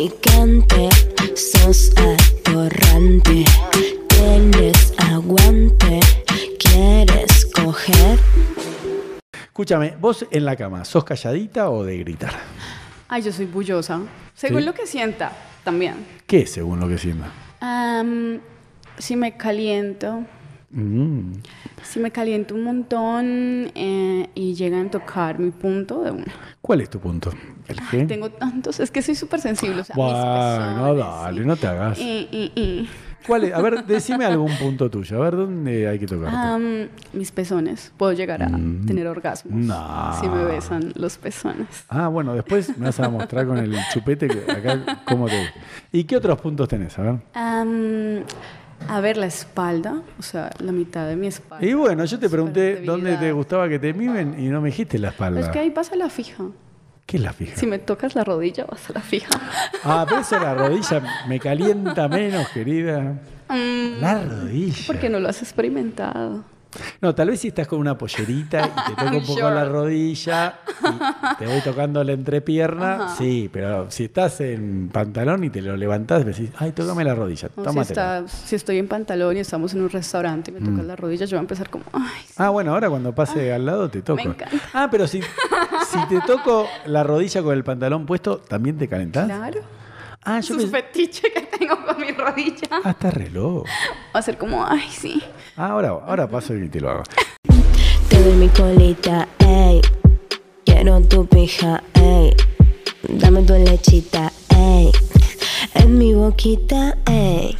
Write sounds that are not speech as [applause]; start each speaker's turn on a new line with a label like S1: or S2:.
S1: atorrante, sos atorrante. Tienes aguante, quieres coger.
S2: Escúchame, vos en la cama, ¿sos calladita o de gritar?
S3: Ay, yo soy bullosa. Según
S2: Sí.
S3: lo que sienta, también.
S2: ¿Qué es según lo que sienta?
S3: Am, si me caliento,
S2: Mm.
S3: si me caliento un montón eh, y llegan a tocar mi punto de una.
S2: ¿Cuál es tu punto? ¿El qué?
S3: Tengo tantos, es que soy súper sensible. O sea, mis
S2: Bueno,
S3: pezones,
S2: dale,
S3: sí.
S2: no te hagas.
S3: Y- y- y.
S2: ¿Cuál es? A ver, decime algún punto tuyo. A ver, ¿dónde hay que tocarte?
S3: Am, mis pezones, puedo llegar a
S2: Mm.
S3: tener orgasmos
S2: No.
S3: si me besan los pezones.
S2: Ah, bueno, después me vas a mostrar con el chupete que acá cómo te... ¿Y qué otros puntos tenés? A ver.
S3: Am, a ver, la espalda, o sea, la mitad de mi espalda.
S2: Y bueno, yo te pregunté
S3: Superdebilidad.
S2: dónde te gustaba que te mimen y no me dijiste la espalda.
S3: Pero es que ahí vas a la fija.
S2: ¿Qué es la fija?
S3: Si me tocas la rodilla, vas a la [laughs] fija.
S2: Ah, pero eso la rodilla me calienta menos, querida.
S3: Mm,
S2: La rodilla.
S3: porque no lo has experimentado.
S2: No, tal vez si estás con una pollerita y te
S3: [laughs]
S2: toco un poco
S3: Sure.
S2: la rodilla y te voy tocando la entrepierna, sí, pero si estás en pantalón y te lo levantás, me decís, ay, tócame la rodilla,
S3: O si,
S2: tómate.
S3: está- si estoy en pantalón y estamos en un restaurante y me tocas la rodilla, yo voy a empezar como, ay,
S2: Ah, bueno, ahora cuando pase al lado te toco.
S3: me encanta.
S2: Ah, pero si, si te toco la rodilla con el pantalón puesto, ¿también te calentás?
S3: claro.
S2: Ah,
S3: Es
S2: yo
S3: un
S2: pensé,
S3: fetiche que tengo con mi rodilla.
S2: ah, estás reloj.
S3: Va a ser como, ay, sí.
S2: Ah, ahora, ahora paso y te lo hago.
S1: Te doy mi colita, ey. Quiero tu pija, ey. Dame tu lechita, ey. En mi boquita, ey.